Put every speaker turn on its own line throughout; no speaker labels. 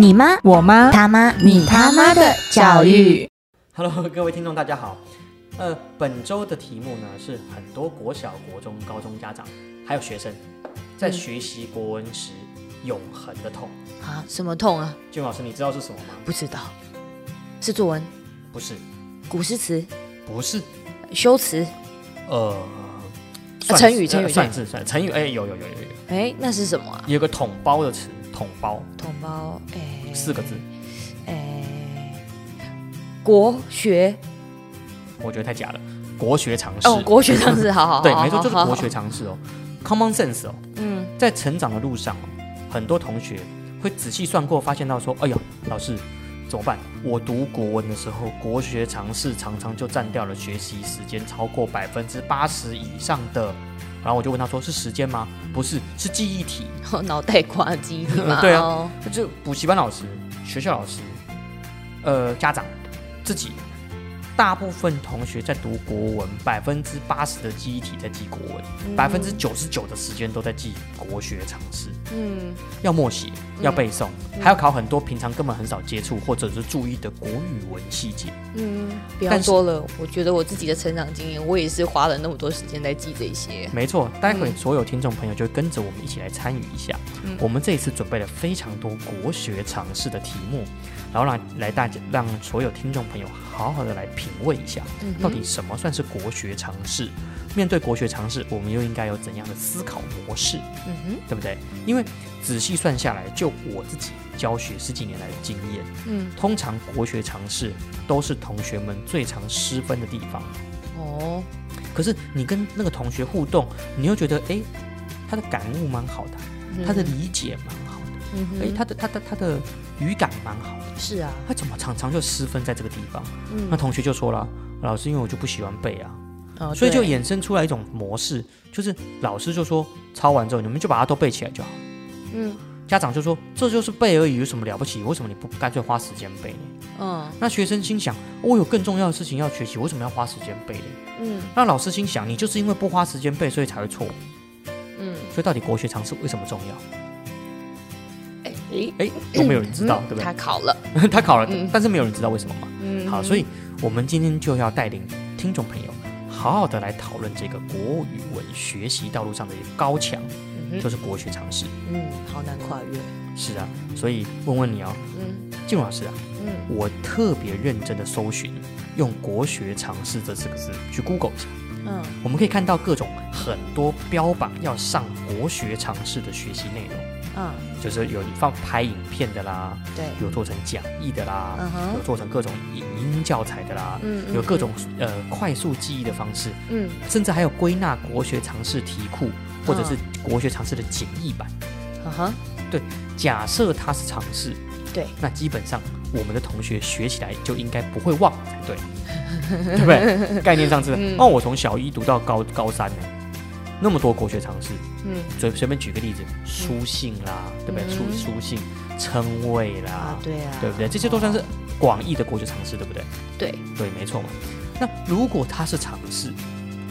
你妈、
我妈、
他妈、你他妈的教育。
Hello，各位 听众，大家好。呃，本周的题目呢是很多国小、国中、高中家长还有学生在学习国文时永恒的痛。
啊，什么痛啊？
俊老师，你知道是什么吗？
不知道，是作文、
不是，
古诗词、
不是，
修辞。
呃，
啊
算
成语
是
成语
算是算成语，哎，有有有有有，
哎，那是什么啊？
有个统包的词，统包
同胞，哎，
四个字，
哎，国学
我觉得太假了，国学常识。
哦，国学常 识，好好，
对，
好
没错，就是
好
国
好
学常识哦，common sense 哦。
嗯，
在成长的路上哦，很多同学会仔细算过，发现到说，哎呀，老师怎么办？我读国文的时候，国学常识常常就占掉了学习时间超过百分之八十以上的。然后我就问他说：“是时间吗？不是，是记忆体。
脑袋瓜记忆嘛，
对啊
哦，”
就补习班老师、学校老师、呃家长自己，大部分同学在读国文，百分之八十的记忆体在记国文，百分之九十九的时间都在记国学常识。
嗯，
要默写，要背诵，
嗯
还要考很多平常根本很少接触或者是注意的国语文细节。
嗯，不要
但是
说了，我觉得我自己的成长经验，我也是花了那么多时间在记这些。
没错，待会嗯所有听众朋友就跟着我们一起来参与一下。
嗯
我们这一次准备了非常多国学常识的题目，然后让来大家让所有听众朋友好好的来品味一下，
嗯哼
到底什么算是国学常识？面对国学常识，我们又应该有怎样的思考模式？
嗯哼，
对不对？因为仔细算下来，就我自己教学十几年来的经验，
嗯，
通常国学常识都是同学们最常失分的地方。
哦，
可是你跟那个同学互动，你又觉得，诶，他的感悟蛮好的，他的理解蛮好的，
嗯哼，
诶，他的他的他的语感蛮好的，
是啊，
他怎么常常就失分在这个地方？
嗯
那同学就说了，老师，因为我就不喜欢背啊，
哦
所以就
对
衍生出来一种模式，就是老师就说抄完之后，你们就把它都背起来就好。
嗯
家长就说这就是背而已，有什么了不起？为什么你不干脆花时间背呢？
嗯
那学生心想，我有更重要的事情要学习，为什么要花时间背呢？
嗯
那老师心想，你就是因为不花时间背，所以才会错。
嗯，
所以到底国学常识为什么重要？
哎诶，
哎，都没有人知道，对不
嗯他考了，
对？他考了
嗯，
但是没有人知道为什么嘛。
嗯
好，所以我们今天就要带领听众朋友，好好的来讨论这个国语文学习道路上的高墙，
嗯
就
哼
是国学常识。
嗯，好难跨越，
是啊，所以问问你哦，
嗯
静茹老师啊，
嗯
我特别认真的搜寻，用“国学常识”这四个字去 Google 一下，
嗯
我们可以看到各种很多标榜要上国学常识的学习内容，
嗯，
就是有放拍影片的啦，
对，
有做成讲义的啦，
嗯哼
有做成各种影音教材的啦，
嗯嗯
有各种呃快速记忆的方式，
嗯
甚至还有归纳国学常识题库或者
嗯
是国学常识的简易版。
嗯哼，
假设它是常识，
对，
那基本上我们的同学学起来就应该不会忘才 对，对不对？概念上是的。哦
嗯
那、我从小一读到高高三呢，那么多国学常识，
嗯
随随便举个例子，书信啦，对不对？书
嗯
书信、称谓啦，
啊对啊，
对不对？这些都算是广义的国学常识，对不对？
对，
对，没错嘛。那如果它是常识，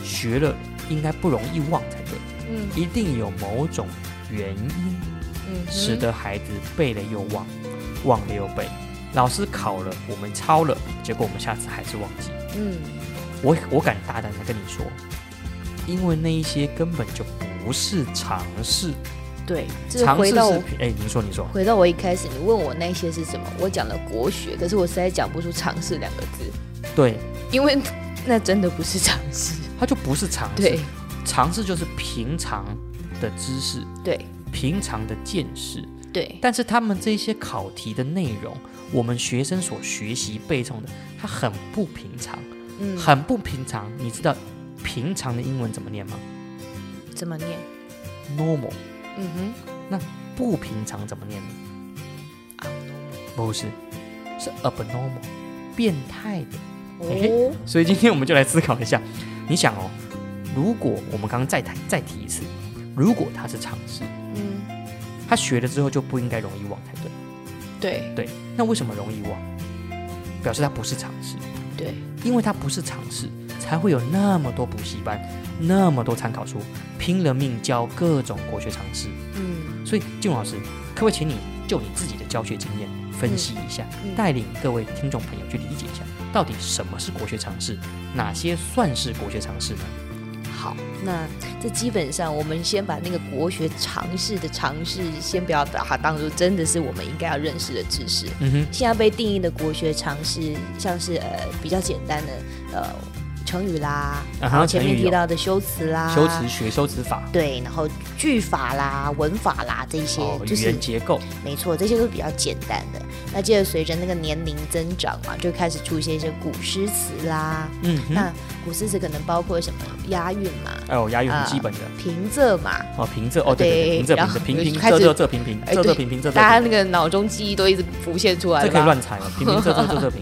学了应该不容易忘才对，
嗯
一定有某种原因
嗯哼，
使得孩子背了又忘，忘了又背。老师考了，我们抄了，结果我们下次还是忘记。
嗯
我我敢大胆的跟你说，因为那一些根本就不是常识，
对，这是
常识
回
是
到我。
哎，您说您说，
回到我一开始，你问我那些是什么，我讲了国学，可是我实在讲不出“尝试”两个字，
对，
因为那真的不是尝 试。
它就不是常识
对，
常识就是平常的知识，
对
平常的见识。
对，
但是他们这些考题的内容，我们学生所学习背诵的，它很不平常。
嗯，
很不平常。你知道平常的英文怎么念吗
怎么念？
？normal。
嗯
不平常怎么念呢？
哼，
不是，是 abnormal，变态的。
哦，
所以今天我们就来思考一下，你想哦，如果我们刚刚再谈再提一次，如果他是常识，
嗯，
他学了之后就不应该容易忘才对。
对
对，那为什么容易忘？表示他不是常识，
对，
因为他不是常识，才会有那么多补习班，那么多参考书，拼了命教各种国学常识。
嗯
所以，静茹老师，可不可以请你就你自己的教学经验分析一下，
嗯嗯
带领各位听众朋友去理解一下，到底什么是国学常识，哪些算是国学常识呢？
好，那这基本上我们先把那个国学常识的常识，先不要把它当做真的是我们应该要认识的知识。
嗯哼，
现在被定义的国学常识，像是呃比较简单的呃成语啦，
啊哈
然后前面
成语有
提到的修辞啦，
啊修辞学、修辞法，
对，然后句法啦、文法啦这些，
哦，
就
语
是
言结构，
没错，这些都是比较简单的。那接着随着那个年龄增长嘛，就开始出现一些古诗词啦。
嗯哼，
那古诗词可能包括什么押韵嘛、
哦，押韵很
啊
基本的。
平仄嘛，
哦，平仄哦，对对
啊对
对，平仄
然
平
后
仄平
就
平
开
仄
始
仄仄平平
哎
仄仄
对
平平仄仄
大家
平，
那个脑中记忆都一直浮现出来
这
了
可以
吧。
乱猜哦，平平仄仄仄仄平，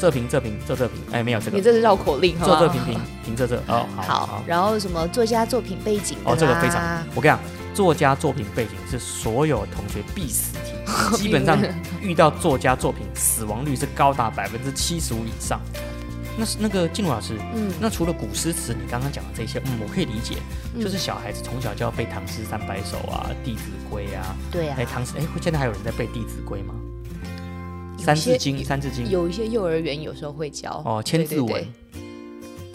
仄平仄平仄仄平，哎，没有这个
你，这是绕口令，好
仄仄
吗？
平平平仄仄哦，好好
好，然后什么作家作品背景的
哦，这个
啦
非常，我跟你讲，作家作品背景是所有同学必死 题，基本上遇到作家作品，死亡率是高达百分之七十五以上。那是那个静茹老师，
嗯，
那除了古诗词，你刚刚讲的这些，嗯，我可以理解，
嗯
就是小孩子从小就要背《唐诗三百首》啊，《弟子规》啊，
对啊
哎，，唐诗，哎，现在还有人在背《弟子规》吗？
有
《三字
些
经》，《三字经》
有一些幼儿园有时候会教
哦，《千字文》
对对对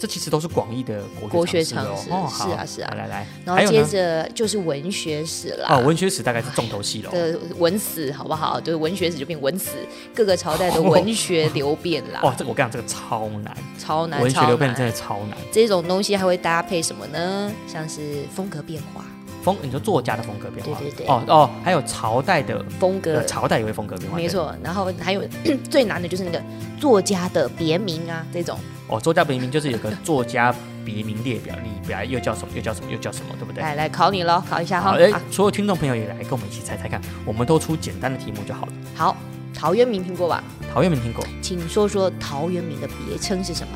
这其实都是广义的国
国
学
学
常
常识
识的哦。哦
是啊
好
是啊
来来来，
然
还
后
有
接
呢？
着就是文学史啦。
哦，文学史大概是重头戏了。
的文史好不好？就是文学史就变文史，各个朝代的文学流变啦，
哇，这个我跟你讲，这个超难，
超难，
哦文学
超
流变真
难。
的超难。
这种东西还会搭配什么呢？像是风格变化，
风，你说作家的风格变化，
对对对
哦哦，还有朝代的，
风格
呃，朝代也会风格变化，
没
对。
错。然后还有 最难的就是那个作家的别名啊，这种
哦，作家别名就是有个作家别名列表，里边又叫什么，又叫什么，又叫什么，对不对？
来来考你喽，考一下
好，
哈。
哎
哎啊，
所有听众朋友也来跟我们一起猜猜看，我们都出简单的题目就好了。
好，陶渊明听过吧？
陶渊明听过
请说说陶渊明的别称是什么？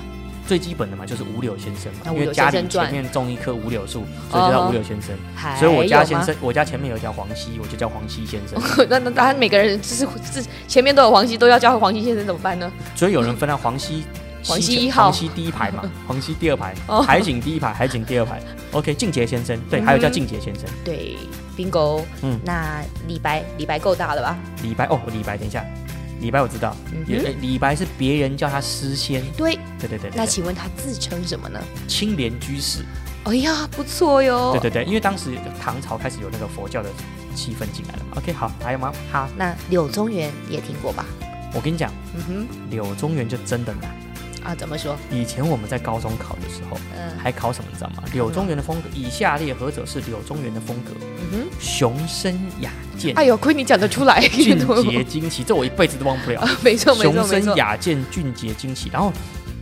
最基本的嘛，就是五柳先生嘛，
那
因
五
为
柳
家
先生
里前
传
面种一棵五柳树，所以就叫
哦
五柳先生。
还
所以我家
有
先
吗？
生，我家前面有一条黄溪，我就叫黄溪先生。
那那他每个人就是是前面都有黄西，都要 叫黄西先生怎么办呢？
所以有人分到黄溪。
黄溪
前
一号
黄溪第一排 嘛，黄溪第二排，
哦
海景第一排，海景第二排。OK，静杰先生，
嗯
对，
哼
还有叫静杰先生，
对，bingo。
嗯
那李白，李白够大了吧？
李白哦，李白，等一下，李白我知道，
嗯
也
哼
呃李白是别人叫他诗仙，
对，
对对对对
那
对，
请问他自称什么呢？
青莲居士，
哎呀，不错哟。
对对对，因为当时唐朝开始有那个佛教的气氛进来了嘛。OK，好，还有吗？
好，那柳宗元也听过吧？
我跟你讲，
嗯
柳宗元就真的难。
哼，啊，怎么说？
以前我们在高中考的时候，
嗯
还考什么你知道吗？柳宗元的风格，以下列何者是柳宗元的风格？
嗯哼，
雄深雅健，
哎呦，亏你讲得出来，
俊杰惊奇，这我一辈子都忘不了。
没错没
雄
错没
深
错。
雅健，俊杰惊奇。然后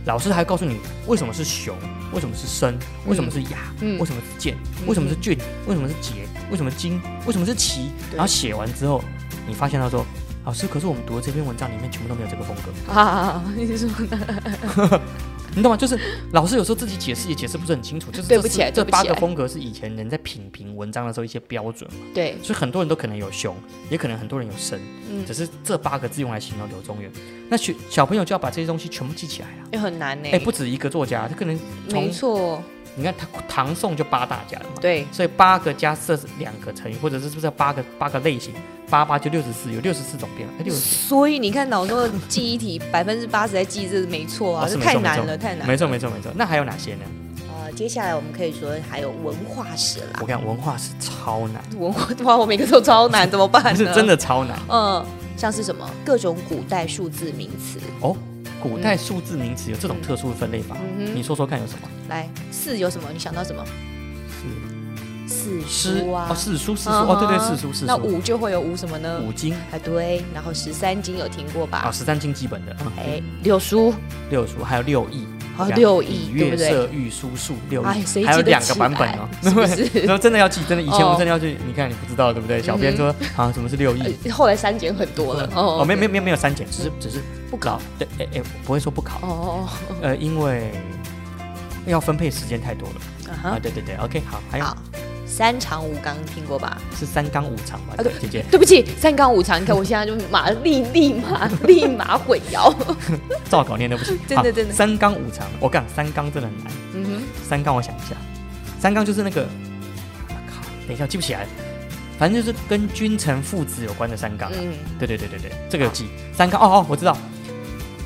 老师还告诉你为什么是雄，为什么是深，为什么是雅，
嗯
为什么是健，为什么是俊，为什么是杰，为什么精，为什么是奇。
对
然后写完之后，你发现他说。老师，可是我们读的这篇文章里面全部都没有这个风格，
啊， 你是说呢？
你懂吗？就是老师有时候自己解释也解释不是很清楚，就是
对
这
不
是
起来
这
对不
八
起
个
来
风格是以前人在品评文章的时候一些标准嘛，
对，
所以很多人都可能有雄，也可能很多人有深，
嗯
只，是这八个字用来形容柳宗元，那学小朋友就要把这些东西全部记起来啊。
也很难呢欸
哎、。不止一个作家，他可能从
没错，
你看他唐宋就八大家了嘛，，
对，
所以八个加这两个成语，或者是不是这八个八个类型，八八就六十四，有六十四种变化，哎、六十四，
所以你看脑中的记忆体百分之八十在记这没错
哦
啊，
是
这
没
太
错没
难
错
了，太难。
没错没错没错。那还有哪些呢？
呃，接下来我们可以说还有文化史啦，
我看文化是超难，
文化哇，我每个都超难，怎么办
但
呢？
是真，的超难
嗯，像是什么各种古代数字名词，
哦。古代数字名词有这种特殊的分类法，
嗯
你说说看有什么？
哼，来四有什么？你想到什么？
是
四
诗
书啊，
哦，四书四书
嗯
哦，对对，
哼
四书四
那
书，
五就会有五什么呢？
五经
啊，对，然后十三经有听过
啊，
吧？
十三经基本的，嗯
哎，六书，
六书，还有六艺，
还有
这样
哦六艺
以
对
乐
不对
射御书数六艺，
哎，谁
还有
记得
两个
起
版本
来
哦。
是不是？
然后真的要记，真的以前
哦
我们真的要去，你看你不知道对不对？小编说啊，什么是六艺？
呃后来删减很多了哦
哦，没有没有没有没有删减，只是只是
不搞
对，哎哎，不会说不考，
哦，
呃，因为要分配时间太多了
啊
啊。
哈，
对对对，OK，好，还有
好，三长五纲听过吧？
是三纲五常吧
啊，对
姐姐，
对不起，三纲五常， 你看我现在就马立立马立马混淆。
照稿念都不行。
真的
好
真的
三纲五常，我讲三纲真的很难。
嗯
啊三纲我想一下，三纲就是那个，我靠，等一下我记不起来了。反正就是跟君臣父子有关的三纲啊。
嗯，
对对对对对，这个有记。三纲哦哦，我知道。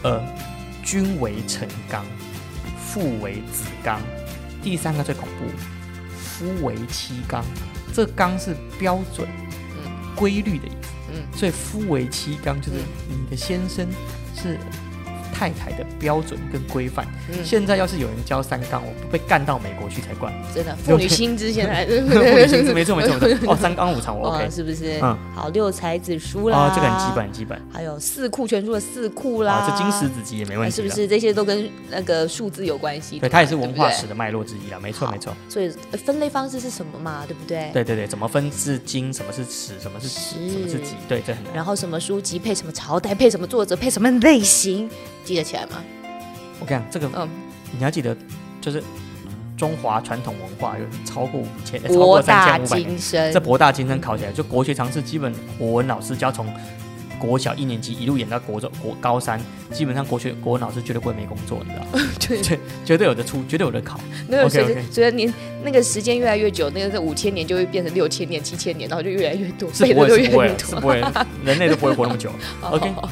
呃，君为臣纲，父为子纲，第三个最恐怖，夫为妻纲。这纲是标准、
嗯
规律的意思。
嗯
所以夫为妻纲就是你的先生是太太的标准跟规范。
嗯，
现在要是有人教三纲，我被干到美国去才 怪。
真的妇女心知 现在，
我也是没错没错 没错。哦，三纲五常我 OK
哦，。是不是？
嗯
好，六才子书啦，
啊、这个很基。本很基本。
还有四库全书的四库啦，
啊，这金石子集也没问
哎
题
是
的。
不是这些都跟那个数字有关系？
对，它也是
嘛
文化。
对
史的脉络之一啦，没错
好
没错。
不对所以呃分类方式是什么嘛？对不对？。
对对对，怎么分是经，什么是史，什么是
是
什么是集，对，这很难。
然后什么书籍配什么朝代，配什么作者，配什么类型，记得起来吗？
我跟你讲，这个
嗯，
你要记得，就是中华传统文化有超过五千，呃超
博
过三
大
千五百年。
精深
这。博大精深考起来，就国学常识基本，国文老师教从国小一年级一路演到国中、国高三，基本上国学国文老师绝对不会没工作，你知 道吗？
对
绝绝对有的出，绝对有的考。
那个
OK，
随着
OK
随着年那个时间越来越久，那个在五千年就会变成六千年、七千年，然后就越来越多，
是
背
不
的
会，
就是越
不
来
会
越，多。
是不会，人类都 不会活那么久。OK
哦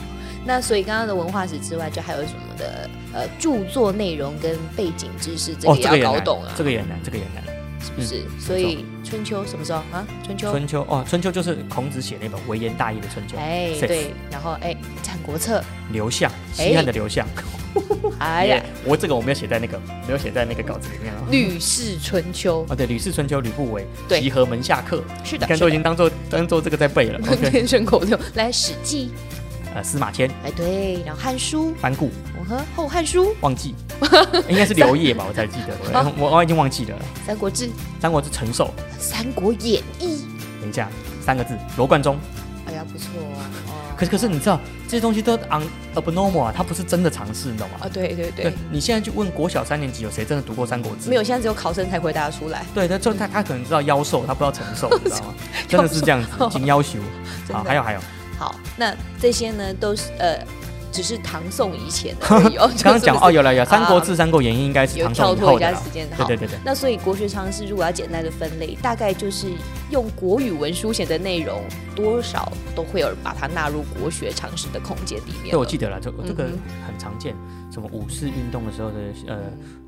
那所以刚刚的文化史之外，就还有什么的呃著作内容跟背景知识，这
哦
个，
这
也
个也
要搞
难
懂啊，，
这嗯个也难，这个也难。
是不是？所以春秋什么时候啊？春秋，
春秋哦，春秋就是孔子写那本微言大义的春秋，
哎
safe
对，然后哎《战国策
刘向，西汉的刘向。》，
哎呀，
我这个我没有写在那个，没有写在那个稿子里面啊。
《吕氏春秋
哦，对，吕氏春秋，吕不韦，
对
集合门下客，》，
是
你
的，
看 都已经当做当做这个在背了。
是的
OK，
天顺口溜，来《史记》，
呃，司马迁、
哎对，然后《汉书》，
班固、
我和《后汉书》
忘记， 应该是刘烨吧，我才记 得，我
哦
我我已经忘记了。
《三国志》《
三国志陈寿，
三国演义》。
等一下，三个字，罗贯中。
哎呀，不错哦。
可是可是你知道这些东西都 un abnormal 啊，它不是真的尝试，你懂吗？
啊，对对对，
你现在去问国小三年级有谁真的读过《三国志》？
没有，现在只有考生才回答得出来。
对，他就他他可能知道妖兽，他不知道承受，你知 道吗？真的是这样子，请要求。
真
好，
的
还 有还有，
好，那这些呢都是呃，只是唐宋以前的而已哦。
刚刚讲哦，
有
有了有了，《三国志》
啊
《三国演义》应该是
有
唐
跳
宋以
脱
后
一
的
下
啦。
时间，
对
好。
对对对，
那所以国学常识如果要简单的分类，大概就是用国语文书写的内容，多少都会有人把它纳入国学常识的空间里面了。
对我记得了，这这个
嗯
很常见，什么五四运动的时候的呃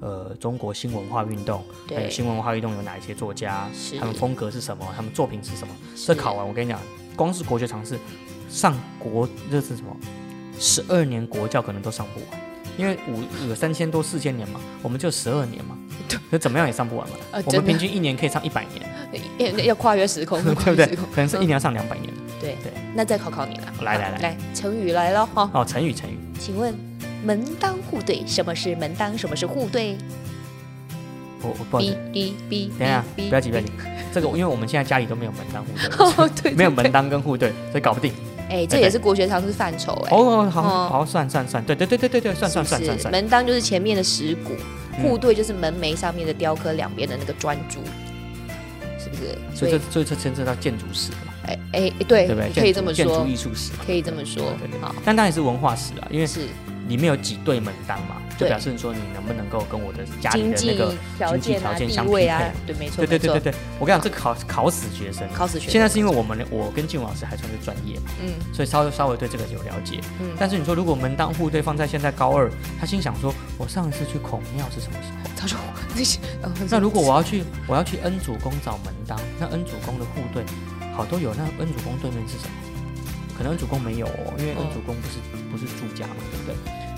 呃中国新文化运动，还有
对
新文化运动有哪一些作家，
是
他们风格是什么，他们作品是什么？
是
这考啊完我跟你讲，光是国学常识，上国这是什么？十二年国教可能都上不完，因为五有三千多四千年嘛，我们就十二年嘛，那怎么样也上 不完嘛。
呃
我
真
们
的
平均一年可以上一百年，
要要跨越时空，对
对不对？可能是一年要上两百年。
对
对
那再考考你了，
来来来
来，成语来了哈。
哦，成语成语，
请问门当户对，什么是门当，什么是户对？
我我不好意思，
哔哔
等一下
哔
不要急不要急， 这个因为我们现在家里都没有门当户 对，
哦，对，对
没有门
对
当跟户对，所以搞不 定。
哎，这
对
也是国学常识范畴哎。
哦，好
哦
好算算算，对对对对对对，算算算
是
算
不是
算。
门当就是前面的石鼓，
嗯
户对就是门楣上面的雕刻两边的那个专珠，是不是？
嗯所以这所以这牵涉到建筑史了嘛，
哎哎，对
对不对？
你可以
建
这
筑
么
建
说
筑，艺术史嘛。
可以这么说
对对。
好，
但当然是文化史啊，因为
是
里面有几对门当嘛，就
对
表示说你能不能够跟我的家里
经
的那
济
个，
条
经济
件啊、
条件
地
相
位
匹
啊
配，
对，没错，没
对对对
错，
对对，我跟你讲，这考考死学生。
考死学生。
现在是因为我们我跟静文老师还算是专业嘛，
嗯
所以稍微稍微对这个有了解。
嗯，
但是你说如果门当户对放在现在高二，他心想说，我上一次去孔庙是什么时候？
他说 我那些，哦
那如果我要去我要去恩主公找门当，那恩主公的户对好都有，那恩主公对面是什么？可能恩主公没有哦，因为恩主公不是、不是住家嘛，对不对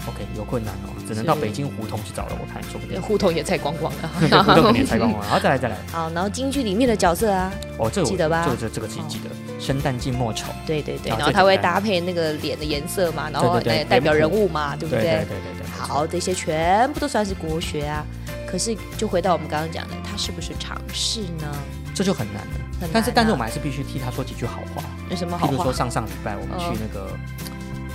？OK，有困难哦，只能到
是
北京胡同去找了，我看说不定
那胡同也拆光光 了，
胡同肯定拆光光了。然后再来再来，
好，然后京剧里面的角色啊，
哦，这个我
记得吧
这个这个这个记
哦
记得，生旦净末丑，
对对对，
啊
然
这
后它
简
会
单
搭配那个脸的颜色嘛，然后
对对对
来代表
脸
人
谱
物嘛，对不
对对对对。
好，这些全部都算是国学啊。可是就回到我们刚刚讲的，它是不是尝试呢？
这就很难了。
很难
但是但是
啊
我们还是必须替他说几句好话，
有什么好
譬如
话
说？上上礼拜我们
嗯
去那个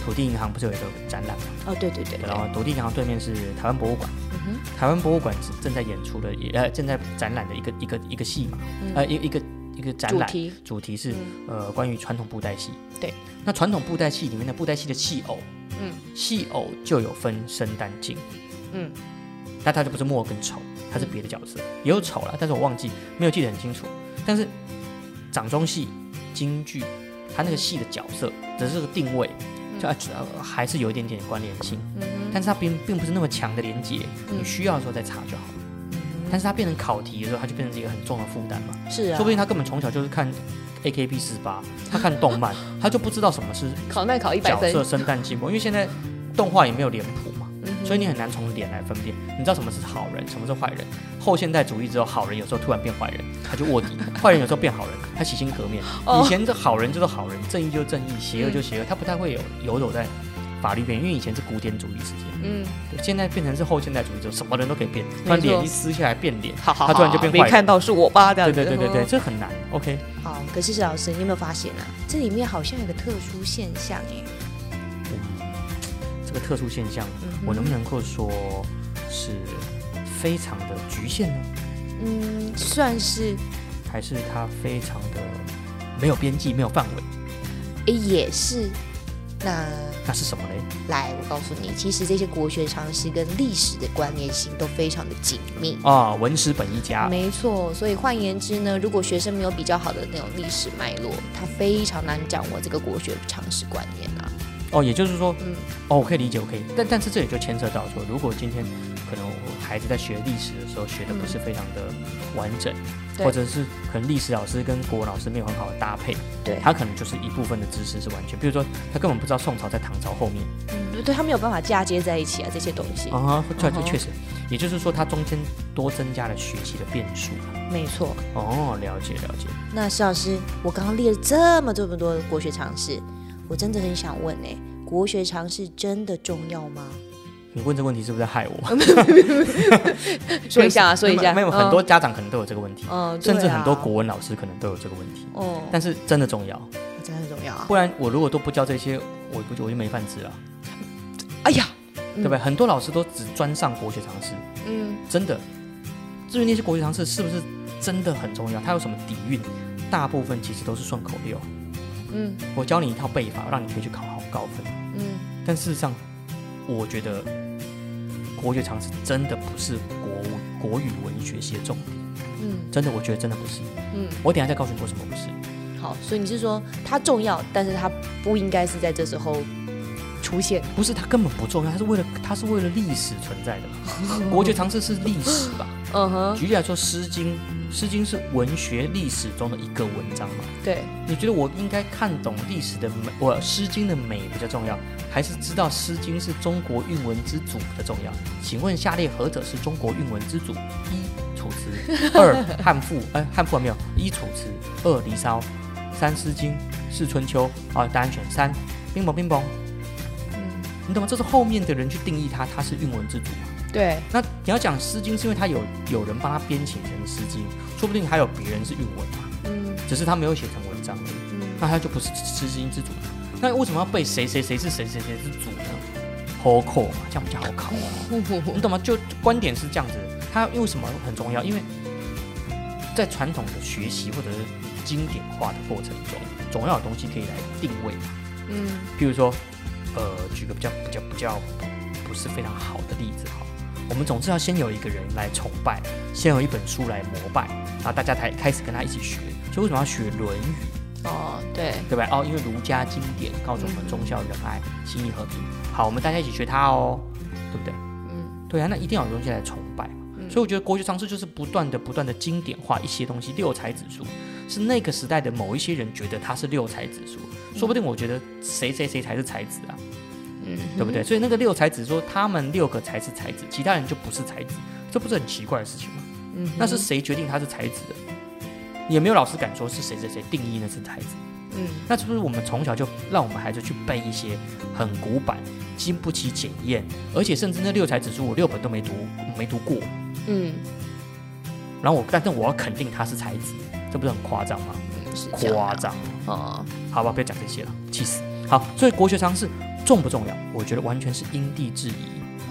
土地银行不是有一个展览嘛，
哦，对对对对
然，后土地银行对面是台湾博物馆。
嗯
台湾博物馆是正在演出的，也呃正在展览的一个一个一个戏嘛，
哼
呃一一个一个展
嗯主
览
题
主题是、
嗯
呃关于传统布袋戏。
对，
那传统布袋戏里面的布袋戏的戏偶，
嗯，
戏偶就有分生旦净，
嗯，
那它就不是墨跟丑，它是别的角色，也有丑啦，但是我忘记没有记得很清楚。但是掌中戏、京剧，它那个戏的角色只是这个定位，
嗯
就哎呃还是有一点点关联性，但是它并并不是那么强的连接，
嗯
你需要的时候再查就好了。但是它变成考题的时候，它就变成一个很重的负担嘛。
是啊，
说不定他根本从小就是看 AKB 四八，他看 动漫，他就不知道什么是
考那考一百
角
分，
色生旦净末，因为现在动画也没有脸谱嘛，
嗯哼
所以你很难从脸来分辨。你知道什么是好人，什么是坏人？后现代主义之后，好人有时候突然变坏人，他就卧 底；坏人有时候变好人，他洗心革面。
哦嗯
以前的好人就是好人，正义就是正义，邪恶就是邪恶，他不太会有游走在法律边，因为以前是古典主义世界，
嗯，
对现在变成是后现代主义之后，什么人都可以变，把
没错
脸一撕下来变脸。
好好好，
他突然就变坏
啊没
人
看到是我爸这样
对
子，
对对对对，
哦。
这很难。OK，
好，可是石老师，你有没有发现啊？这里面好像有个特殊现象哎，
这个特殊现象，
嗯哼
我能不能够说是非常的局限呢？
嗯，算是
还是它非常的没有边际、没有范
诶
围？
也是。那
那是什么嘞？
来，我告诉你，其实这些国学常识跟历史的关联性都非常的紧密。
啊、文史本一家，
没错，所以换言之呢，如果学生没有比较好的那种历史脉络，他非常难掌握这个国学常识观念啊。
哦，也就是说，
嗯
哦，我可以理解，我可以，但但是这也就牵涉到说，如果今天可能我孩子在学历史的时候学的不是非常的完整，
嗯对
或者是可能历史老师跟国文老师没有很好的搭配，
对
他可能就是一部分的知识是完全，比如说他根本不知道宋朝在唐朝后面
嗯，对他没有办法嫁接在一起啊，这些东西。
啊，确
嗯哼
确实，也就是说他中间多增加了学习的变数。
没错。
哦，了解了解，
那石老师，我刚刚列了这么这么多的国学常识，我真的很想问哎、国学常识真的重要吗？
你问这问题是不是在害
嗯
我？
说一下啊，说一下。
没有，
嗯
很多，家长可能都有这个问题，
嗯，对啊
甚至很多国，文老师可能都有这个问题。
哦，
但是真的重要，
真的很重要啊。
不然我如果都不教这些，我不就我就没饭吃了，
哎呀，嗯
对不对？很多老师都只专上国学常识，
嗯，
真的。至于那些国学常识是不是真的很重要，它有什么底蕴，大部分其实都是顺口溜。
嗯
我教你一套背法，让你可以去考好高分。
嗯，
但事实上，我觉得国学常识真的不是国文国语文学习的重点，
嗯
真的，我觉得真的不是。
嗯
我等一下再告诉你为什么不是。
嗯，好，所以你是说它重要，但是它不应该是在这时候出现。
不是它根本不重要，它是为了它是为了历史存在的嘛。国学常识是历史吧？
嗯哼，
举例来说，《诗经》，《诗经》是文学历史中的一个文章嘛？
对，
你觉得我应该看懂历史的美，我《诗经》的美比较重要，还是知道《诗经》是中国韵文之祖比较重要？请问下列何者是中国韵文之祖？一《楚辞》，二《汉赋》，哎，《汉赋》还没有，一《楚辞》，二《离骚》，三《诗经》，四《春秋》。啊，答案选三，冰雹冰雹。
嗯，
你懂吗？这是后面的人去定义它，它是韵文之祖嘛？
对，
那你要讲《诗经》，是因为它有有人帮它编写成《诗经》，说不定还有别人是韵文嘛，
嗯
只是他没有写成文章而已。
嗯，
那他就不是《诗经》之主。那为什么要背谁谁谁是谁谁谁是主呢？好考嘛，这样比较好考啊，你懂吗？就观点是这样子的，它为什么很重要？因为在传统的学习或者是经典化的过程中，总要有东西可以来定位。
嗯
譬如说，呃，举个比较比较比较不是非常好的例子哈，我们总是要先有一个人来崇拜，先有一本书来膜拜，然后大家才开始跟他一起学。所以为什么要学《论语》？
哦，对，
对吧？哦，因为儒家经典告诉我们忠孝仁爱、心义和平。好，我们大家一起学它哦，对不对？
嗯
对啊，那一定要有东西来崇拜嘛。
嗯
所以我觉得国学常识就是不断的、不断的经典化一些东西。六才指数是那个时代的某一些人觉得它是六才指数，说不定我觉得谁谁谁才是才子啊，
嗯，
对不对？所以那个六才子说他们六个才是才子，其他人就不是才子，这不是很奇怪的事情吗？
嗯哼？
那是谁决定他是才子的？也没有老师敢说是谁谁谁定义那是才子。
嗯
那是不是我们从小就让我们孩子去背一些很古板、经不起检验，而且甚至那六才指数我六本都没读，没读过。
嗯
然后我，但是我要肯定他是才子，这不是很夸张吗？
嗯是这样
夸
啊
张，
哦，
好吧，不要讲这些了，气死。好，所以国学常识重不重要？我觉得完全是因地制宜。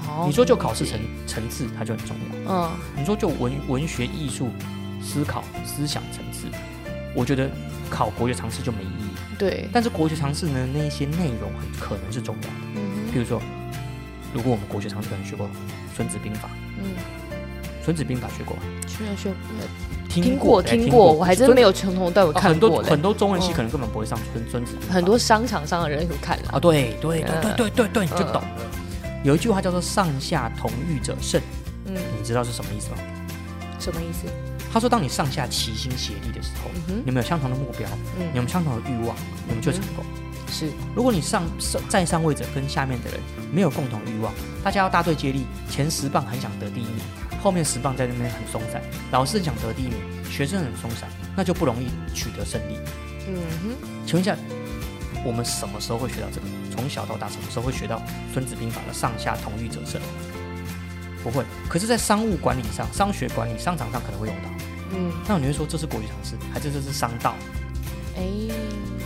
好
你说就考试
哦
层层次，它就很重要；
嗯
你说就文文学艺术思考思想层次，我觉得考国学常识就没意义。
对，
但是国学常识呢，那一些内容很可能是重要的。
嗯
譬如说，如果我们国学常识可能学过《孙子兵法》，
哼嗯
孙子兵法》学过吗？
虽然说呃
听
听过
哎
听
过，
过，我还真没有从头到尾
哦
看
很
过
多
嘞
很。多中文系
嗯
可能根本不会上孙孙子兵法
很多商场上的人有看
啊，
了，
对对对对
嗯
对对对，你就懂了。有一句话叫做“上下同欲者胜
嗯，”，
你知道是什么意思吗？
什么意思？
他说，当你上下齐心协力的时候，
嗯哼，
你们有相同的目标，你
嗯，
们有相同的欲望，你们就会成功。
是，
如果你上上站上位者跟下面的人没有共同欲望，大家要大队接力，前十棒很想得第一名，后面十棒在那边很松散，老师很想得第一名，学生很松散，那就不容易取得胜利。
嗯
请问一下，我们什么时候会学到这个？从小到大，什么时候会学到《孙子兵法》的上下同欲者胜？不会。可是，在商务管理上、商学管理、商场上可能会用到。
哼，嗯，
那你会说这是国际常识，还是这是商道？
哎，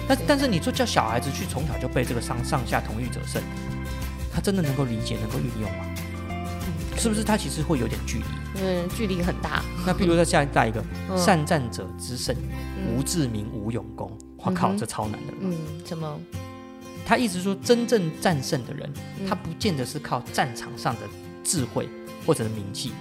但
对
但是你说叫小孩子去从小就背这个上上下同欲者胜，他真的能够理解、能够运用吗？是不是他其实会有点距离？
嗯，距离很大，
那比如说下一代一个
嗯
善战者之胜，无
嗯
志明无勇功。我
嗯
靠，
哼
这超难的。
嗯，怎么？
他意思说，真正战胜的人，
嗯
他不见得是靠战场上的智慧或者是名气，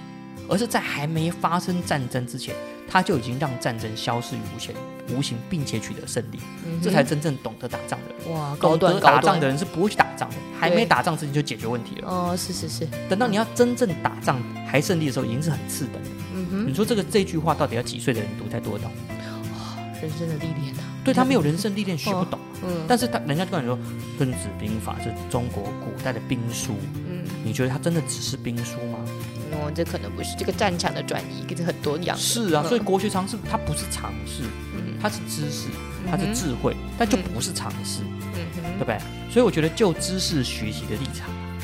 而是在还没发生战争之前，他就已经让战争消失于无形，无形并且取得胜利，
嗯哼
这才真正懂得打仗的人。
哇，高
懂
端
得
高
打仗
端
的，人是不会去打仗的，还没
对
打仗之前就解决问题了。
哦，是是是，
等到你要真正打仗还胜利的时候，已经是很次等的。
嗯哼，
你说这个这句话到底要几岁的人读才读得懂？
人生的历练啊，
对他没有人生历练学不懂，
嗯，
但是他人家就跟你说《孙子兵法》是中国古代的兵书，
嗯，
你觉得它真的只是兵书吗？
哦，这可能不是这个战场的转移，跟很多样的，
是啊，
嗯
所以国学常识它不是常识，
嗯
它是知识，它是
嗯哼
智慧，但就不是常识，
嗯
对
哼
不对？所以我觉得就知识学习的立场，啊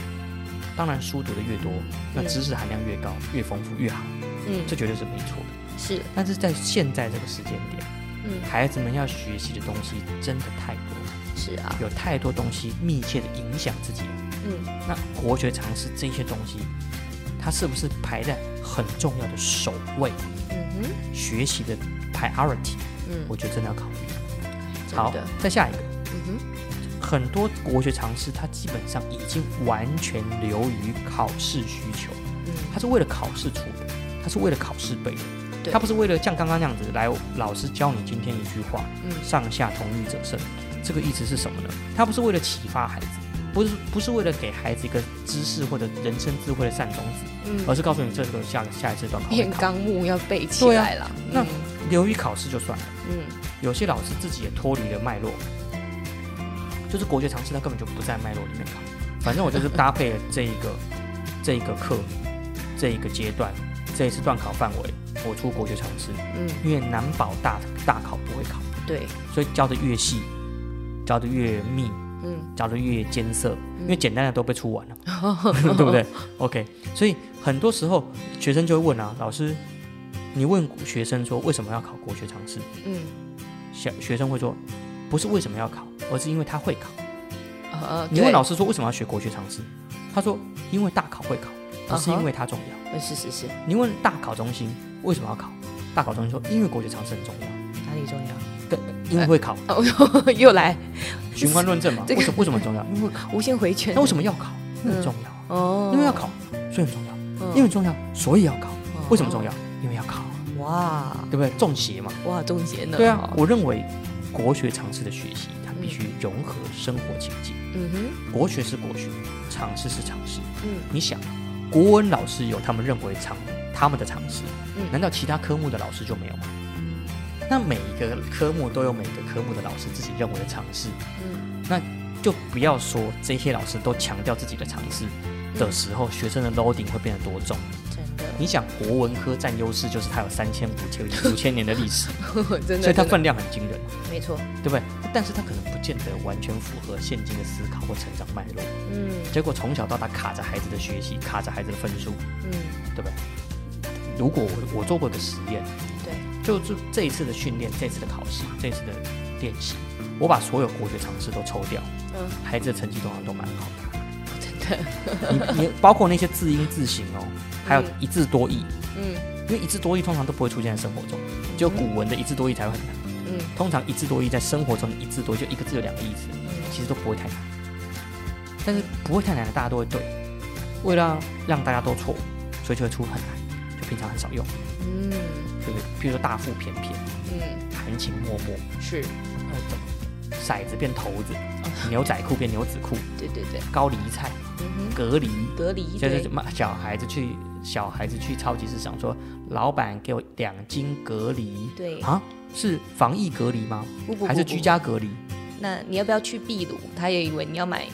当然书读的越多，那
嗯
知识含量越高、越丰富越好，
嗯，
这绝对是没错的。
是，
但是在现在这个时间点，
嗯，
孩子们要学习的东西真的太多了，
是啊，
有太多东西密切的影响自己了。
嗯，
那国学常识这些东西，它是不是排在很重要的首位？
嗯哼，
学习的 priority，
嗯，
我觉得真的要考虑。
真
好
的，，
再下一个，
嗯哼，
很多国学常识它基本上已经完全流于考试需求，
嗯，
它是为了考试出的，它是为了考试背的，
对
它不是为了像刚刚那样子来老师教你今天一句话，
嗯
上下同欲者胜，这个意思是什么呢？它不是为了启发孩子。不是不是为了给孩子一个知识或者人生智慧的善种子，
嗯，
而是告诉你这个下下一次段考会
变
考
纲目要背起
对啊
来了，
那
嗯
流于考试就算了。
嗯
有些老师自己也脱离了脉络，就是国学常识，他根本就不在脉络里面考。反正我就是搭配了这一个 这一个课，这一个阶段，这一次段考范围，我出国学常识，
嗯，
因为难保大大考不会考，
对，
所以教的越细，教的越密，
嗯
教的越艰涩，因为简单的都被出完了，
嗯，
对不对？OK，所以很多时候学生就会问啊，老师，你问学生说为什么要考国学常识？
嗯，
小学生会说，不是为什么要考，而是因为他会考。
呃，
你问老
师，
师说为什么要学国学常识，他说因为大考会考，
嗯
不是因为它重要。
呃是是是，
你问大考中心为什么要考，大考中心说因为国学常识很重要，
哪里重要？
对，因为会考，
哦， 又来
循环论证嘛。
这
为
个
什么为什么 很重要？因为会考。
无限回圈，
那为什么要考？因为很重要，啊
哦，
因为要考，所以很重要，
嗯，
因为很重要，所以要考。
哦
为什么重要？？因为要考，
哇
对不对？中邪嘛。
哇，中邪呢？
对啊，
哦
我认为国学常识的学习，它必须融合生活情境。
嗯哼，
国学是国学，常识是常识。
嗯
你想，国文老师有他们认为常他们的常识，
嗯
难道其他科目的老师就没有吗？那每一个科目都有每个科目的老师自己认为的常识，
嗯
就不要说这些老师都强调自己的常识
嗯
的时候，学生的 loading 会变得多重。
真
你想，国文科占优势就是它有三千五 千五千年的历史，
的， 真的，
所以它
真的
分量很惊人，
没错，
对不对？但是它可能不见得完全符合现今的思考或成长脉络。
嗯
结果从小到大卡着孩子的学习，卡着孩子的分数，
嗯，
对不对？如果我我做过一个实验，
对，
就是这一次的训练、这一次的考试、这一次的练习，我把所有国学常识都抽掉，
嗯，
孩子的成绩通常都蛮好的。
真的，
你你包括那些字音字形哦，还有
嗯
一字多义，
嗯
因为一字多义通常都不会出现在生活中，只有古文的一字多义才会很难。
嗯
通常一字多义在生活中的一字多义就一个字有两个意思，
嗯
其实都不会太难。但是不会太难的大家都会对，为了让大家都错，所以就会出很难，就偏平常很少用，
嗯
对不对？譬如说大腹便便、
嗯，
含情脉脉，
是，
呃，怎么骰子变骰子，
哦
牛仔裤变牛仔裤，
对对对，
高丽菜、
嗯
隔离，
哼，隔离
就是
对
什，么小孩子去小孩子去超级市场说，老板给我两斤隔离，
对
啊，是防疫隔离吗？
不不
还是居？家隔离？
不不那你要不要去秘鲁？他也以为你要买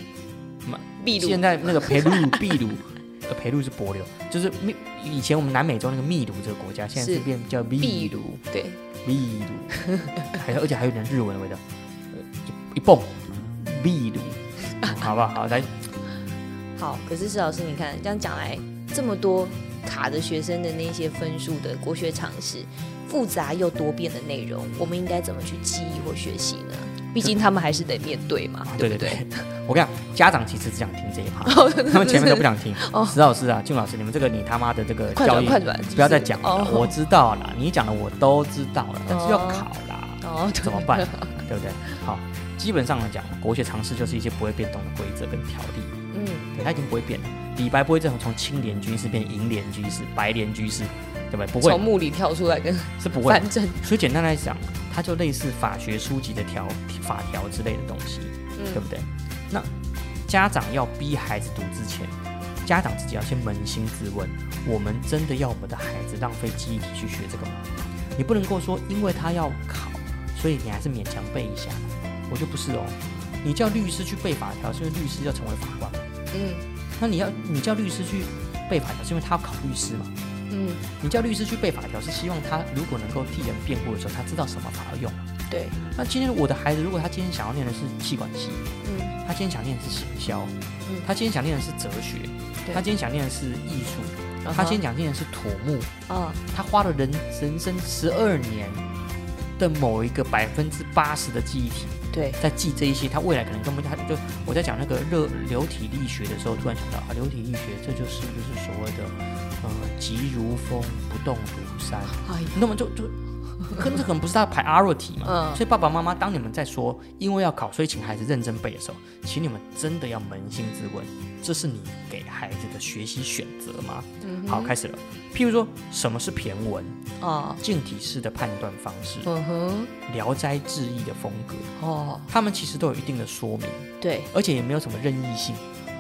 买
秘鲁，
现在那个培鲁秘 鲁，呃，培鲁是帛琉，就是秘以前我们南美洲那个秘鲁这个国家，现在是
是
变叫秘
秘
鲁，
鲁对，
秘鲁，还有而且还有点日文的味道，呃就一蹦秘 鲁，嗯好不好？好来，
好，可是石老师，你看这样讲来，这么多卡着学生的那些分数的国学常识，复杂又多变的内容，我们应该怎么去记忆或学习呢？毕竟他们还是得面对嘛，
对
不
啊对
对？
对， 我跟你讲，家长其实只想听这 一趴，他们前面都不想听。
哦
石老师啊，俊老师，你们这个你他妈的这个
快
教
转
育，
快转，
不要再
就是
讲了，我
哦
知道啦，你讲的我都知道了，但是要
哦
考啦。
哦，
怎么办？对不对？好，基本上来讲，国学常识就是一些不会变动的规则跟条例，
嗯，
对，它已经不会变了。李白不会这种从青莲居士变银莲居士、白莲居士，对不对？不
从
会，
墓里跳出来跟
是不会。
反正，
所以简单来讲，它就类似法学书籍的条法条之类的东西，对
嗯，
不对？那家长要逼孩子读之前，家长自己要先扪心自问：我们真的要我们的孩子浪费记忆体去学这个吗？你不能跟我说，因为他要考，所以你还是勉强背一下。我就不是哦，你叫律师去背法条，是因为律师要成为法官；
嗯
那你要你叫律师去背法条，是因为他要考律师嘛？
嗯，
你叫律师去背法条，是希望他如果能够替人辩护的时候，他知道什么法要用。
对，
那今天我的孩子，如果他今天想要念的是气管系，
嗯
他今天想念的是行销，
嗯
他今天想念的是哲学，
对
他今天想念的是艺术，
嗯
他
哼
今天想念的是土木，
啊，
他花了人人生十二年的某一个百分之八十的记忆体
对，
在记这一些，他未来可能根本他就我在讲那个热流体力学的时候，突然想到啊，流体力学这就是就是所谓的呃急如风不动如山，
哎呀，
那么就就。可这可能不是他的 priority 嘛，
嗯
所以爸爸妈妈，当你们在说因为要考，所以请孩子认真背的时候，请你们真的要扪心自问，这是你给孩子的学习选择吗？
嗯
好，开始了。譬如说，什么是骈文？
哦，
近体式的判断方式，
嗯哼，
聊斋志异》的风格，
哦，
他们其实都有一定的说明，
对，
而且也没有什么任意性。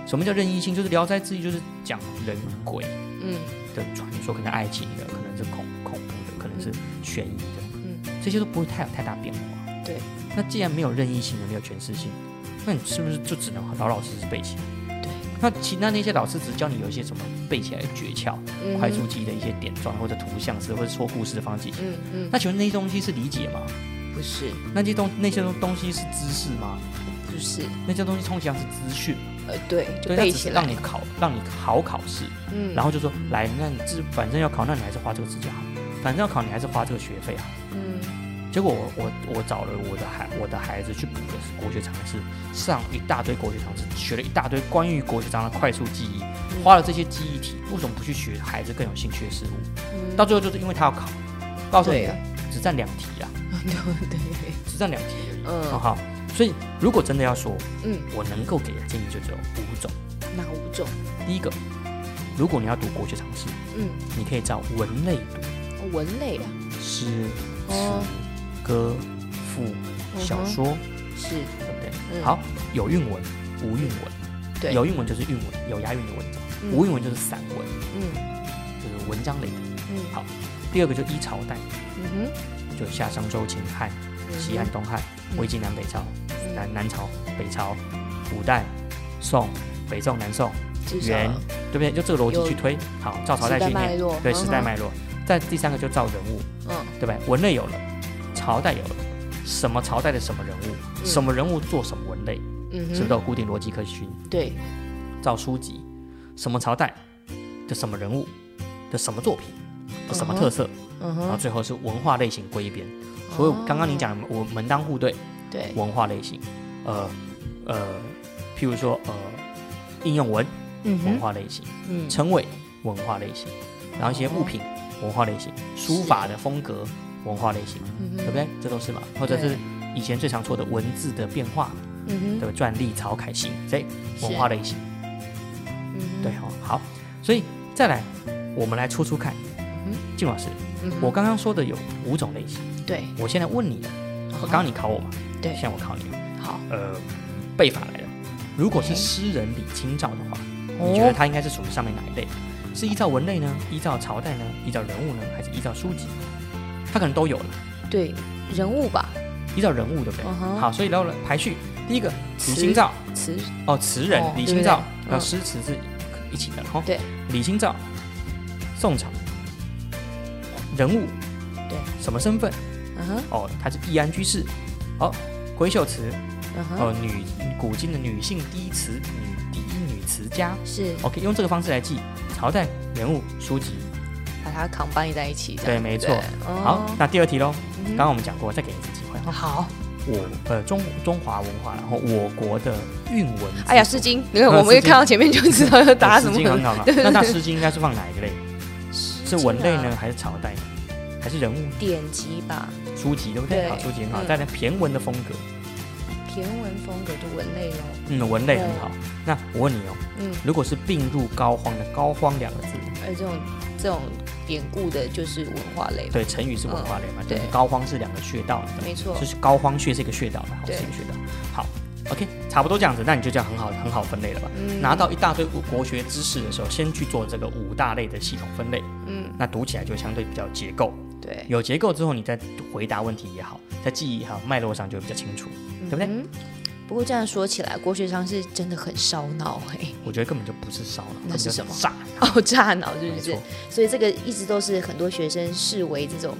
什么叫任意性？就是《聊斋志异》就是讲人鬼
嗯
的传说，可能爱情的，可能是恐恐怖的，可能是悬疑的。
嗯，
这些都不会太有太大变化。
对，
那既然没有任意性，也没有诠释性，那你是不是就只能老老实实背起来？
对，
那其那那些老师只教你有一些什么背起来的诀窍，
嗯
快速，记忆的一些点状或者图像式或者说故事的方式。
嗯嗯，
那请问那些东西是理解吗？
不是
那些东那些东东西是知识吗？
不是，
那些东西通常是资讯，
呃，对，就
对，它
背
只
起
是
来
让，你考，让你好考试。
嗯
然后就说，来，那你自反正要考，那你还是花这个字就好，反正要考，你还是花这个学费好。
嗯
结果我我我找了我的孩我的孩子去补的是国学常识，上一大堆国学常识，学了一大堆关于国学常识的快速记忆，
嗯
花了这些记忆体，为什么不去学孩子更有兴趣的事物？
嗯
到最后就是因为他要考，告诉你
对啊
只占两题啊，
对对，
只占两题而已。
嗯
好好，所以如果真的要说，
嗯，
我能够给的建议就只有五种。
哪五种？
第一个，如果你要读国学常识，
嗯，
你可以照文类读，
文类啊，
诗、
哦
词、歌、赋、小
嗯哼
说。
是，
对不对？
嗯
好，有韵文，无韵文。
对
有韵文就是韵文，有押韵的文章；
嗯
无韵文就是散文，
嗯
就是文章类的。
嗯
好，第二个就一朝代，
嗯
就夏商周秦汉、
哼，
西汉、东汉、
嗯
魏晋南北朝、
嗯
南南朝、北朝、五代、宋、北宋、南宋、
至少
元，对不对？就这个逻
有
辑去推。好，照朝
时
代
代
去
脉
念
络，
对
嗯
时代
哼
脉络。再第三个就照人物，
嗯
对不对？文类有了，朝代有了，什么朝代的什么人物，
嗯
什么人物做什么文类，
嗯
是不是都有固定逻辑可循？
对，
照书籍，什么朝代的什么人物的什么作品的什么特色，
嗯
然后
哼，哦
最后是文化类型归一边。所以刚刚你讲的我门当户对，
对，
文化类型，呃呃，譬如说呃应用文
嗯
文
哼，
化类型，
嗯哦
称谓文化类型，然后一些物品文化类型，书法的风格文化类型，
嗯
对
哼
不对？这都是嘛，或者
对
是以前最常说的文字的变化，
嗯
对
哼，
吧？篆隶草楷行，这
是
文化类型。
嗯哼
对，哦，好，所以再来，我们来出出看
嗯，
静老师，
嗯哼
我刚刚说的有五种类型，
对，
我现在问你，刚刚你考我嘛，
对
现在我考你，
好，
呃，背法来了。如果是
OK 哦
诗人李清照的话，你觉得他应该是属于上面哪一类？是依照文类呢？依照朝代呢？依照人物呢？还是依照书籍？他可能都有了，
哦对人物吧，
依照人物对不对？
嗯哼
好，所以然后呢排序，第一个李
词
清照，
词
哦，词人
哦
李清照，
对不对
然
嗯
后诗词是一起的，哈。
对，
李清照，宋朝，人物，
对，
什么身份？
嗯哼，
哦，她是易安居士，哦，闺秀词，
嗯哼，
哦，女古今的女性第一词女第一女词家。
是
OK，用这个方式来记朝代、人物、书籍。
把它扛掰在一起这
对，
样，
没
对
错。
哦
好，那第二题喽，
嗯哼
刚刚我们讲过，再给你一次机会哈。
好，
我呃中中华文化，然后我国的韵文。
哎呀，《诗经》， 你看
嗯
我们
诗
一
经
看到前面就知道要
打
答什
哎
么
诗经很
了。
好 嘛？
对对
那那
对
诗经应该是放哪 一个类？是文类呢，还是朝代，还是人物、
啊典籍吧，
书籍，对不对？
对
好，书籍很好。
嗯
再来骈文的风格，
骈文风格就文类喽。
嗯，文类很好。那我问你哦，
嗯，
如果是病入膏肓的“膏肓”两个字，
而哎这种这种典故的就是文化类，
对，成语是文化类嘛？
嗯
就是
对
膏肓是两个穴道，
没错
就，是膏肓穴是一个穴道嘛，好，
对
是一个穴道。好，OK，差不多这样子，那你就这样很好很好分类了吧？
嗯
拿到一大堆国学知识的时候，先去做这个五大类的系统分类，
嗯，
那读起来就相对比较有结构。
对，
有结构之后，你再回答问题也好，在记忆也好，脉络上就会比较清楚。
对
对不对
嗯不过这样说起来，国学常识真的很烧脑哎、
我觉得根本就不是烧脑，
那是什么
炸，
哦，炸脑是
没
不
错
是？，所以这个一直都是很多学生视为这种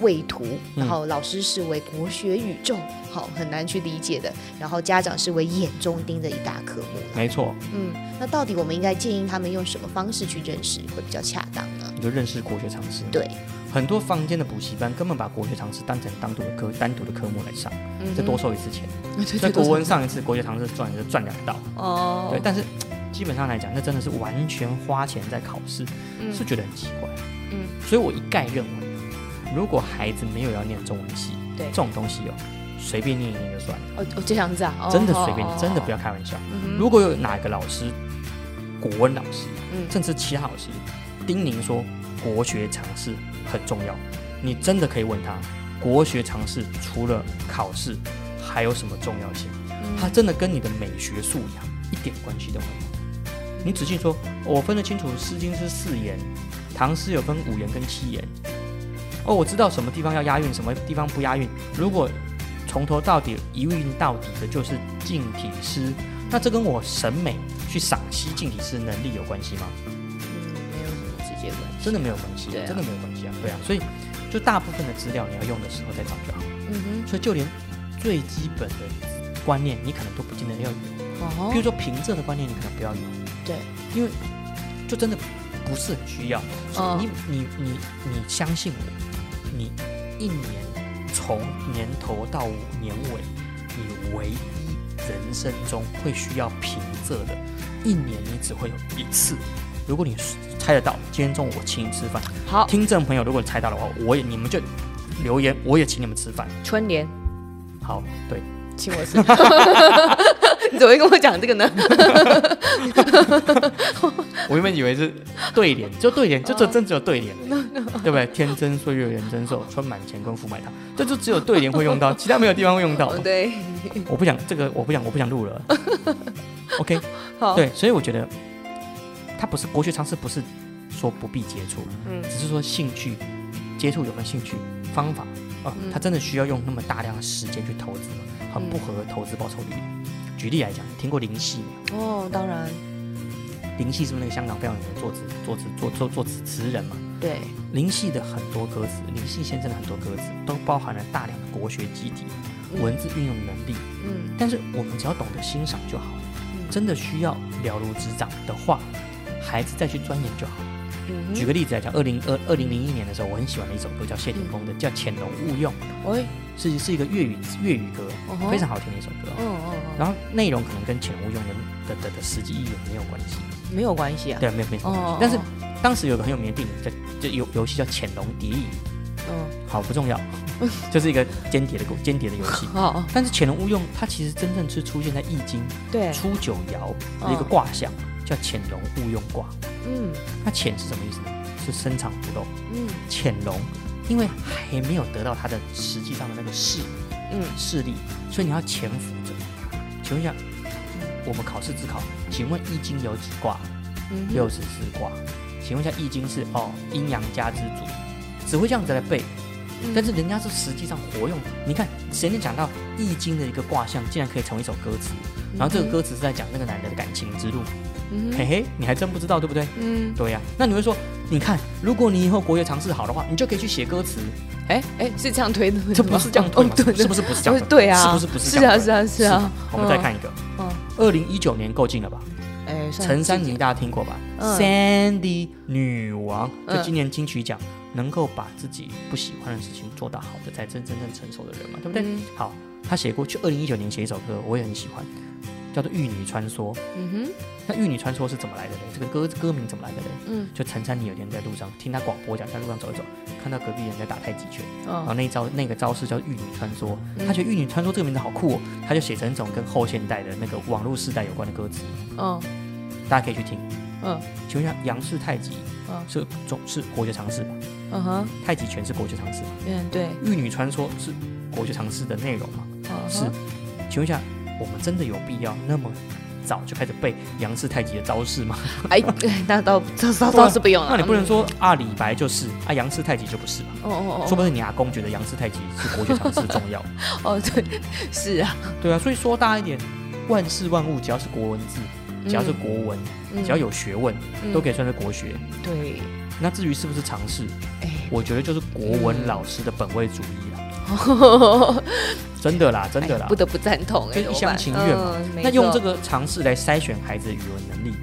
畏途，
嗯
然后老师视为国学宇宙，好很难去理解的，然后家长视为眼中钉的一大科目。
没错，
嗯，那到底我们应该建议他们用什么方式去认识会比较恰当呢？
你就认识国学常识。
对，
很多坊间的补习班根本把国学常识当成单独的科单独的科目来上，
嗯
再
哼
多收一次钱。
对
在
对
国
对
文上一次国学常识赚就赚两道，
哦
对，，但是基本上来讲，那真的是完全花钱在考试，
嗯
是觉得很奇怪。
嗯，
所以我一概认为，如果孩子没有要念中文系，
对
这种东西哦，随便念一念就算了，
哦哦这样子啊，哦
真的随便，真的不
要。
要开玩笑。
嗯哼
如果有哪个老师，国文老师，
嗯
甚至其他老师叮咛说国学常识很重要，你真的可以问他，国学常识除了考试还有什么重要性？它真的跟你的美学素养一点关系都没有。你仔细说，哦我分得清楚《诗经》是四言，唐诗有分五言跟七言。哦，我知道什么地方要押韵，什么地方不押韵。如果从头到底一韵到底的就是近体诗，那这跟我审美去赏析近体诗能力有关系吗？
嗯，没有什么直接关系。
真的没有关系，
对啊
真的没有关系啊，对啊。所以就大部分的资料你要用的时候再找就好。
嗯
所以就连最基本的观念，你可能都不见得要有。
哼，哦
比如说平仄的观念，你可能不要有，
对，
因为就真的不是很需要。
嗯
你你你你相信我，你一年从年头到年尾，你唯一人生中会需要平仄的，一年你只会有一次。如果你猜得到，今天中午我请你吃饭。
好，
听众朋友，如果你猜到的话，我也你们就留言，我也请你们吃饭。
春联，
好，对，
请 我吃。 你怎么会跟我讲这个呢？
我原本以为是对联，就对联，就这真只有对联，
哦
对不对？天真岁月人真寿，春满乾坤福满堂，这就只有对联会用到，其他没有地方会用到
哦，。对，
我不想这个，我不想，我不想录 了。OK，
好，
对，所以我觉得它不是国学常识，不是说不必接触，
嗯
只是说兴趣接触有没有兴趣方法啊，
嗯
它真的需要用那么大量的时间去投资吗，很不合投资报酬率。举例来讲，你听过林夕吗？
哦，当然，
林夕是不是那个香港非常有名的作词作词作作作词词人嘛？
对，
林夕的很多歌词，林夕先生的很多歌词都包含了大量的国学基底、文字运用能力。
嗯
但是我们只要懂得欣赏就好了
嗯。
真的需要了如指掌的话，孩子再去钻研就好了。
嗯
举个例子来讲，二零二二零零一年的时候，我很喜欢的一首歌叫谢霆锋的，叫《潜龙勿用
哼，喂，》，
是是一个粤语粤语歌
哦吼，
非常好听的一首歌。
嗯嗯嗯，
然后内容可能跟《潜龙勿用》的的的的实际意义没有关系，
没有关系啊，
对，没有没有关系
哦哦哦
但是当时有个很有名的电影叫就游游戏叫《潜龙谍影》，
嗯，
好不重要， 就是一个间谍的故间谍的游 戏。
好，
但是潜龙勿用，它其实真正是出现在《易经》
对，哦
初九爻的一个卦象，叫潜龙勿用卦。
嗯
那潜是什么意思呢？是深藏不露、
嗯
潜龙，因为还没有得到它的实际上的那个势
嗯，
势力，所以你要潜伏着。请问一下，嗯我们考试只考，请问易经有几卦？
嗯哼
六十四卦。请问一下，易经是哦阴阳家之主，只会这样子来背，
嗯
但是人家是实际上活用。你看，谁能讲到易经的一个卦象，竟然可以成为一首歌词？然后这个歌词是在讲那个男人的感情之路。
嗯
嘿
哼
嘿，你还真不知道对不对？
嗯
对呀、那你会说，你看，如果你以后国乐尝试好的话，你就可以去写歌词。哎，
哎是这样推的吗，
这不是这样推
哦
吗？
对
是不
对
是不是这样推？
对啊
是不是不是这
是啊
样推？
是啊是啊
我们再看一个，
嗯
二零一九年够近了吧？
哎算
陈珊
是
妮大家听过吧、
嗯
s a n d y 女王，
嗯
就今年金曲奖，能够把自己不喜欢的事情做到好的，才真真正成熟的人嘛，对不对？
嗯
好，她写过去二零一九年写一首歌，我也很喜欢，叫做《玉女穿梭》。
嗯哼
那《玉女穿梭》是怎么来的呢？这个歌歌名怎么来的呢？
嗯
就陈珊妮有一天在路上听她广播讲，在路上走一走，看到隔壁人在打太极拳，然后
哦
那一招那个招式叫玉女穿梭，
嗯
她觉得玉女穿梭这个名字好酷哦，她就写成一种跟后现代的那个网络时代有关的歌词，
哦
大家可以去听。
嗯
请问一下，杨氏太极
嗯
是中是国学常识吧？
嗯哼
太极拳是国学常识吗？
嗯对
玉女穿梭是国学常识的内容吗？
嗯
是。请问一下，我们真的有必要那么早就开始背杨氏太极的招式吗？
哎 那倒这倒倒是不用了，
那你不能
嗯
说啊，李白就是啊，杨氏太极就不是吧？
哦哦
说
哦
不定你阿公觉得杨氏太极是国学常识重 要，
哦对是啊，
对啊，所以说大一点，万事万物只要是国文字，只要是国文，
嗯
只要有学问，
嗯
都可以算是国学。
对
那至于是不是常识，
哎
我觉得就是国文老师的本位主义啊，真的啦，真的
哎
啦
不。得不赞同哎，
跟啊一厢情愿嘛
嗯没
那用这
错
个常识来筛选孩子的语文能力，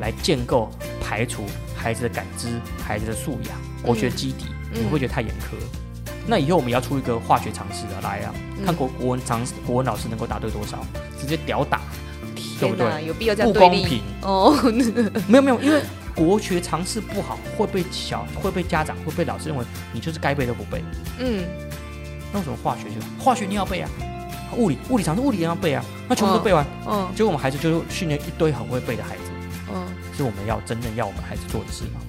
来建构、排除孩子的感知、孩子的素养、国学基底，
嗯
你会觉得太严苛。那以后我们也要出一个化学常识啊，来啊，
嗯
看国国文常识，国文老师能够答对多少，直接屌 打，对
天
不对？
哪，有必要这
不
样对
公
立
平，
哦？
没有没有，因为国学常识不好，会被小会被家长会被老师认为你就是该背都不背。
嗯
那为什么化学就化学你要背啊？物理物理常识物理也要背啊，那全部都背完，
嗯
结果我们孩子就是训练一堆很会背的孩子，
嗯，
是我们要真正要我们孩子做的事吗？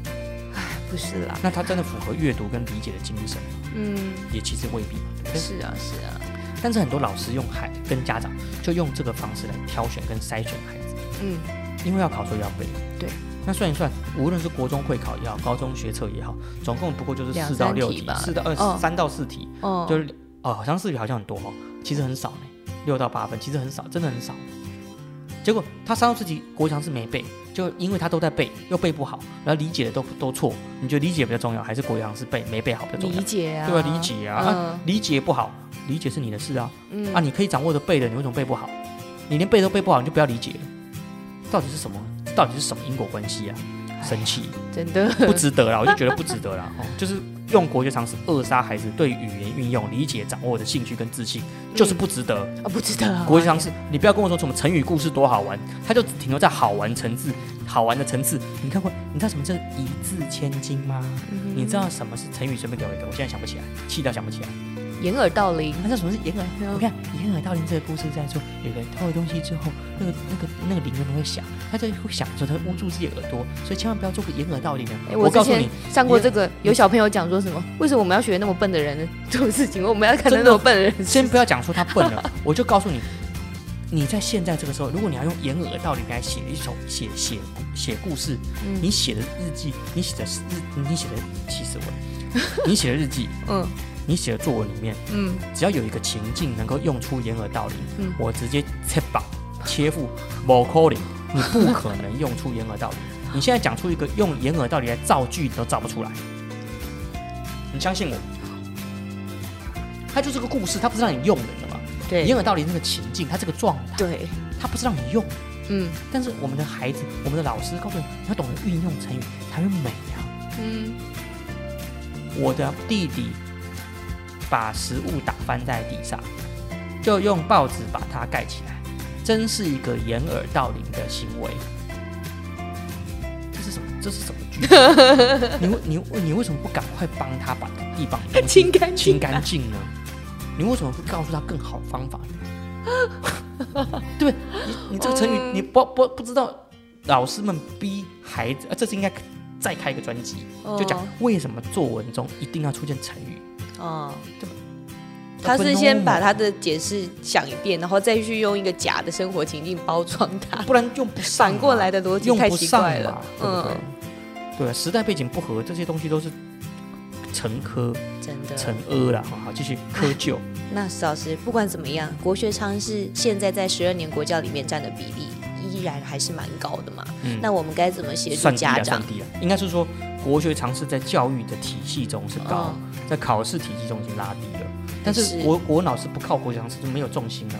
不是啦，
那他真的符合阅读跟理解的精神吗，
嗯
也其实未必嘛，对不对？
是啊是啊，
但是很多老师用孩跟家长就用这个方式来挑选跟筛选孩子，
嗯
因为要考所以要背。
对。
那算一算，无论是国中会考也好，高中学测也好，总共不过就是
两
四到
三
六
题
题
吧，
四到
哦
二三到四题，
哦，
就是哦，好像四题好像很多哦，其实很少呢，六到八分其实很少，真的很少。结果他三到四题国强是没背，就因为他都在背，又背不好，然后理解的都都错。你觉得理解比较重要，还是国强是背没背好比较重要
理？解啊，
对啊，理解啊，啊
嗯
理解不好，理解是你的事啊。
嗯
啊，你可以掌握的背的，你为什么背不好？你连背都背不好，你就不要理解，到底是什么？到底是什么因果关系啊？生气，
真的
不值得啦，我就觉得不值得啦。哦，就是用国学常识扼杀孩子对语言运用、理解、掌握的兴趣跟自信，就是不值得。
啊不知道啊
国学常识，你不要跟我说什么成语故事多好玩，它就只停留在好玩层次，好玩的层次。你看过，你知道什么叫一字千金吗？你知道什么是成语？随便给我一个，我现在想不起来，气到想不起来。
掩耳盗铃，
那叫什么是掩耳？啊我看掩耳盗铃这个故事在说，有人偷了东西之后，那个那个那个铃铛会响，他就会响的时候，他会捂住自己的耳朵，所以千万不要做个掩耳盗铃的。
哎
我
之
告诉
前
你，
上过这个，有小朋友讲说什么？为什么我们要学那么笨的人 做事情？我们要看
真
那
的
种笨的人？
先不要讲说他笨了，我就告诉你，你在现在这个时候，如果你要用掩耳盗铃来写一首写写写故事，
嗯
你写的日记，你写的日，你写的气死我了，你写的日记，
嗯
你写的作文里面，
嗯，
只要有一个情境能够用出掩耳盗铃，
嗯
我直接切爆切腹某扣零，你不可能用出掩 耳盗铃。你现在讲出一个用掩耳盗铃来造句，你都造不出来。你相信我，它就是个故事，它不是让你用的，你知道吗？掩
对
耳盗铃那个情境，它这个状态，
对，
它不是让你用。
嗯
但是我们的孩子，我们的老师告诉你，你要懂得运用成语才会美啊。
嗯
我的弟弟把食物打翻在地上，就用报纸把它盖起来，真是一个掩耳盗铃的行为。这是什么？这是什么句子？ 你为你为你为什么不赶快帮他把地板东西
清干净啊
清干净呢？你为什么不告诉他更好的方法呢？对，你你这个成语，
嗯
你不不不知道老师们逼孩子，啊，这是应该再开一个专辑，
哦
就讲为什么作文中一定要出现成语。
哦
对吧。
他是先
Abnormal
把他的解释想一遍，然后再去用一个假的生活情境包装它。
不然用不上嘛
反过 来的逻辑
用
太
不
奇
上
怪
嘛
了，，嗯
对不对？对啊，时代背景不合，这些东西都是成科
真的。
成阿啦，好，继续窠臼。
那史老师，不管怎么样，国学常识现在在十二年国教里面占的比例依然还是蛮高的嘛。
嗯
那我们该怎么协助
算低
家
啊，
长
算？低啊，应该是说国学常识在教育的体系中是高
哦，
在考试体系中已经拉低了。但
是
是国国文老师不靠国学常识就没有重 心了，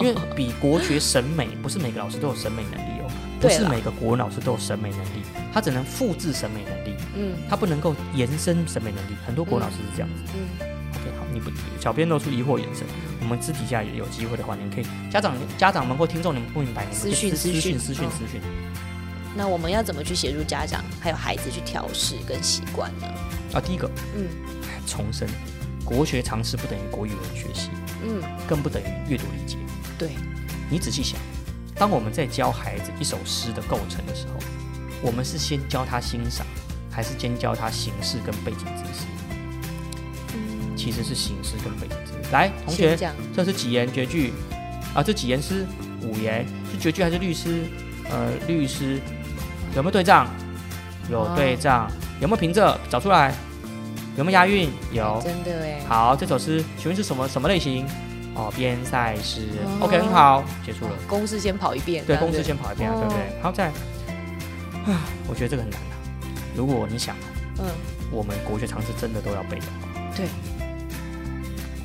因为比国学审美不是每个老师都有审美能力哦，不
对
是
啦
每个国文老师都有审美能力，他只能复制审美能力，
嗯
他不能够延伸审美能力。很多国文老师是这样子。
嗯，
OK，好，你不小编露出疑惑眼神，我们私底下有机会的话，你们可以家长家长们或听众你们不明白，你们
私
就
讯
私
私
讯
讯
私讯
嗯
私讯。
那我们要怎么去协助家长还有孩子去调试跟习惯呢？
啊，第一个
嗯
重申，国学常识不等于国语文学习，
嗯，
更不等于阅读理解。
对，
你仔细想，当我们在教孩子一首诗的构成的时候，我们是先教他欣赏，还是先教他形式跟背景知识？
嗯
其实是形式跟背景知识。来，同学
先，讲
这是几言绝句啊？这几言诗？五言是绝句还是律诗？呃，律诗有没有对仗？有
哦
对仗，有没有平仄？找出来，有没有押韵？有。
真的哎，
好，这首诗请问是什么什么类型？哦，边塞诗。
哦
OK，很好，结束了。
公式先跑一遍，这
对，
样
公式
子
先跑一遍啊，
哦
对不对？好，再来，啊，我觉得这个很难啊。如果你想，
嗯
我们国学常识真的都要背的话，
对，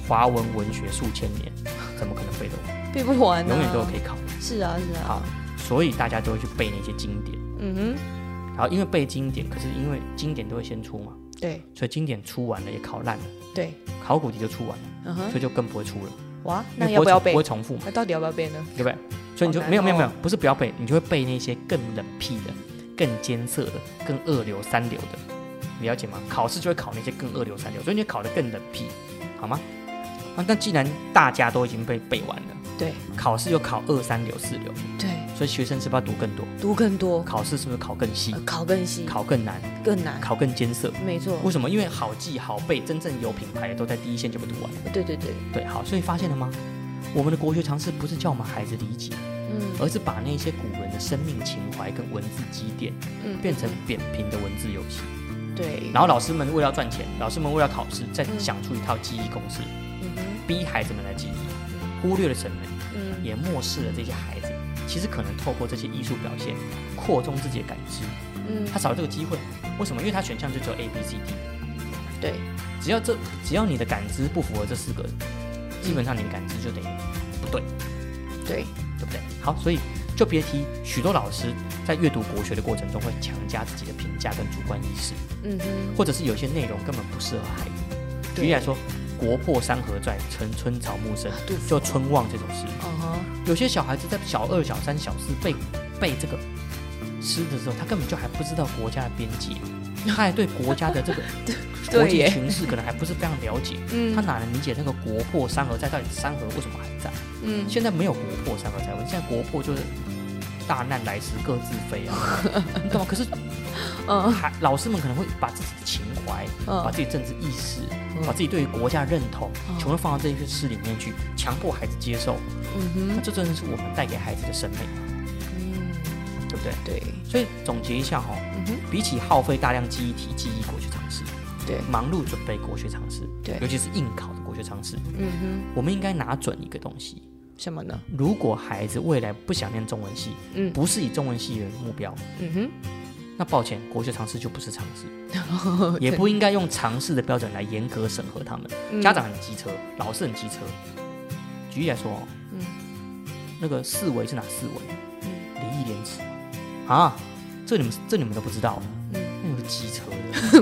华文文学数千年，怎么可能背得完？
背不完、啊，
永远都有可以考。
是啊是啊，
好，所以大家都会去背那些经典。
嗯哼，
然后因为背经典，可是因为经典都会先出嘛，
对
所以经典出完了也考烂了，
对，
考古题就出完了，
嗯哼
所，以就更不会出了。
哇，
因
那
为
要不要
不会重
背
不会？重复嘛，
那到底要不要背呢？
对不对？所以你就
好难
没有没有
哦
没有，不是不要背，你就会背那些更冷僻的、更艰涩的、更二流三流的，你了解吗？考试就会考那些更二流三流，所以你考得更冷僻，好吗？啊，那既然大家都已经被背完了，
对
考试又考二三流四流，
对，
所以学生是不是要读更多？
读更多，
考试是不是考更细
呃、考更细，
考更难、
更难，
考更艰涩？
没错，
为什么？因为好记好背，真正有品牌的都在第一线就被读完了。
对对对，
对，好，所以发现了吗？我们的国学常识不是叫我们孩子理解，
嗯
而是把那些古人的生命情怀跟文字积淀，
嗯，
变成扁平的文字游戏。
对，
然后老师们为了要赚钱，老师们为了考试，再
嗯
想出一套记忆公式，
嗯哼
逼孩子们来记忆，忽略了审美，
嗯
也漠视了这些孩子。其实可能透过这些艺术表现，扩充自己的感知。
嗯
他，少了这个机会，为什么？因为他选项就只有 A、B、C、D，
对，
只要这只要你的感知不符合这四个，基本上你的感知就等于不对，
对，
对不对？好，所以就别提许多老师在阅读国学的过程中会强加自己的评价跟主观意识，
嗯哼，
或者是有些内容根本不适合孩子。举
对
例来说，“国破山河在，城春草木深”
杜
就《春望》这首诗，
嗯哼，
有些小孩子在小二、小三、小四背背这个诗的时候，他根本就还不知道国家的边 界，他还对国家的这个国
对
际
耶
形势可能还不是非常了解。
嗯
他哪能理解那个国破山河在？到底山河为什么还在？
嗯
现在没有国破山河在，我们现在国破就是大难来时各自飞啊， 你懂吗？可是
嗯
还老师们可能会把自己的情怀、把
嗯，
自己政治意识、
嗯
把自己对于国家认同，
嗯
全部放到这一篇诗里面去，强迫孩子接受。
嗯
那
哼，
这真的是我们带给孩子的审美嘛，
嗯，
对不对？
对，
所以总结一下哈、
嗯哼，
比起耗费大量记忆体记忆国学常识，
对
忙碌准备国学常识，
对
尤其是应考的国学常识，
嗯
我们应该拿准一个东西，
哼，什么呢？
如果孩子未来不想念中文系，
嗯
不是以中文系为目标，
嗯哼，
那抱歉，国学常识就不是常 识，
哦
也不应该用常识的标准来严格审核他们。
嗯
家长很机车，老师很机车。举例来说哦，
嗯
那个四维是哪四维？
嗯
礼义廉耻啊，这你们这你们都不知道，
嗯，
那你们机车 的。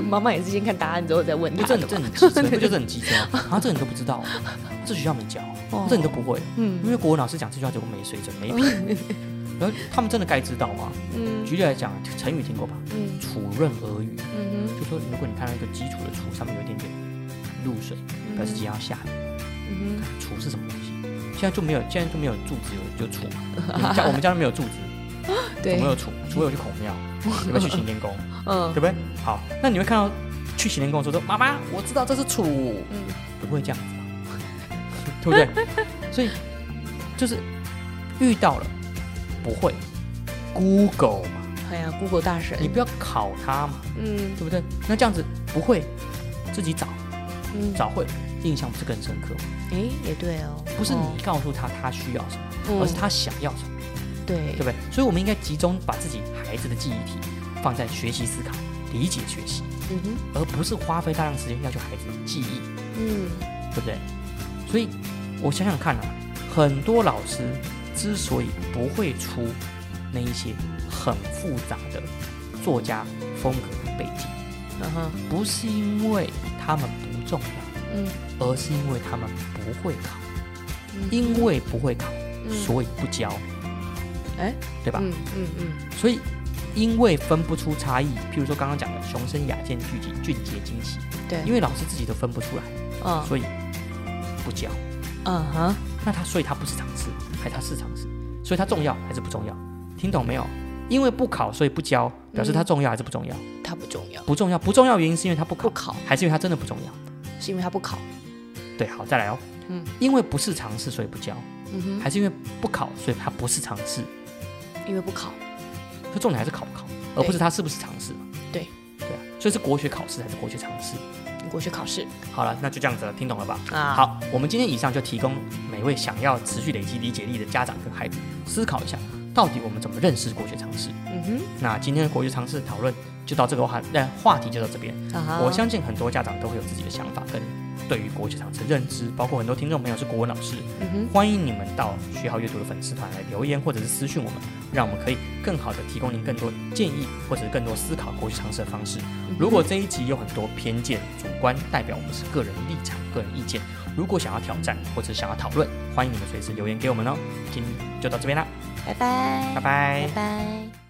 妈妈也是先看答案之后再问
不
他
这
的
很这
嘛，
很机车，不就是很机车吗？啊，这你都不知道哦，这学校没教
哦，
这你都不会，因
嗯
为国文老师讲这句话就没水准，没品。然后他们真的该知道吗？
嗯
举例来讲，成语听过吧？
嗯
楚润俄语，
嗯哼
就说如果你看到一个基础的楚，上面有一点点露水，表示即将要下雨。
嗯哼，
楚是什么东西？现在就没有，现在就没有柱子有有楚嘛，我们家我们家都没有柱子，总
对
共，有除，除非我去孔 庙，有没有去行天宫，
嗯
对不对？好，那你会看到去行天宫的时候说，妈妈，我知道这是楚，
嗯，
不会这样子嘛， 对不对？所以就是遇到了不会，Google 嘛，
哎呀，Google 大神，
你不要考它嘛，
嗯
对不对？那这样子不会，自己找
嗯，
找会，印象不是更深刻吗？
哎，也对哦，
不是
哦
你告诉他他需要什么，
嗯
而是他想要什么，
对
对不对？所以我们应该集中把自己孩子的记忆体放在学习思考、理解学习，
嗯哼，
而不是花费大量时间要求孩子记忆，
嗯
对不对？所以我想想看啊，很多老师之所以不会出那一些很复杂的作家风格背景，
嗯哼，
不是因为他们不重要，
嗯
而是因为他们不会考，
嗯
因为不会考，
嗯
所以不教，
哎，
对吧？
嗯嗯嗯
所以因为分不出差异，譬如说刚刚讲的雄生雅健、聚集俊杰惊喜，
对
因为老师自己都分不出来，
嗯
所以不教。
嗯哼，
那他所以他不是常识，还是他是常识？所以他重要还是不重要？听懂没有？因为不考所以不教，表示他重要还是不重要？
它不重要，
不重要，不重要原因是因为他不考，
不考
还是因为他真的不重要？
是因为它不考，
对，好，再来哦。
嗯，
因为不是常识所以不教，
嗯哼，
还是因为不考所以他不是常识？
因为不考，
所以重点还是考不考，而不是他是不是常识嘛？
对，
对啊，所以是国学考试还是国学常识？
国学考试
好了，那就这样子了，听懂了吧？
啊，，
好，我们今天以上就提供每位想要持续累积理解力的家长跟孩子思考一下，到底我们怎么认识国学常识？
嗯哼。
那今天的国学常识讨论就到这个话，那话题就到这边。
啊
我相信很多家长都会有自己的想法跟对于国学常识认知，包括很多听众朋友是国文老师，
嗯哼，
欢迎你们到学好阅读的粉丝团来留言或者是私讯我们，让我们可以更好的提供您更多建议或者是更多思考国学常识的方式。
嗯
如果这一集有很多偏见、主观，代表我们是个人立场、个人意见，如果想要挑战或者想要讨论，欢迎你们随时留言给我们哦。今天就到这边啦，
拜拜，
拜拜
拜拜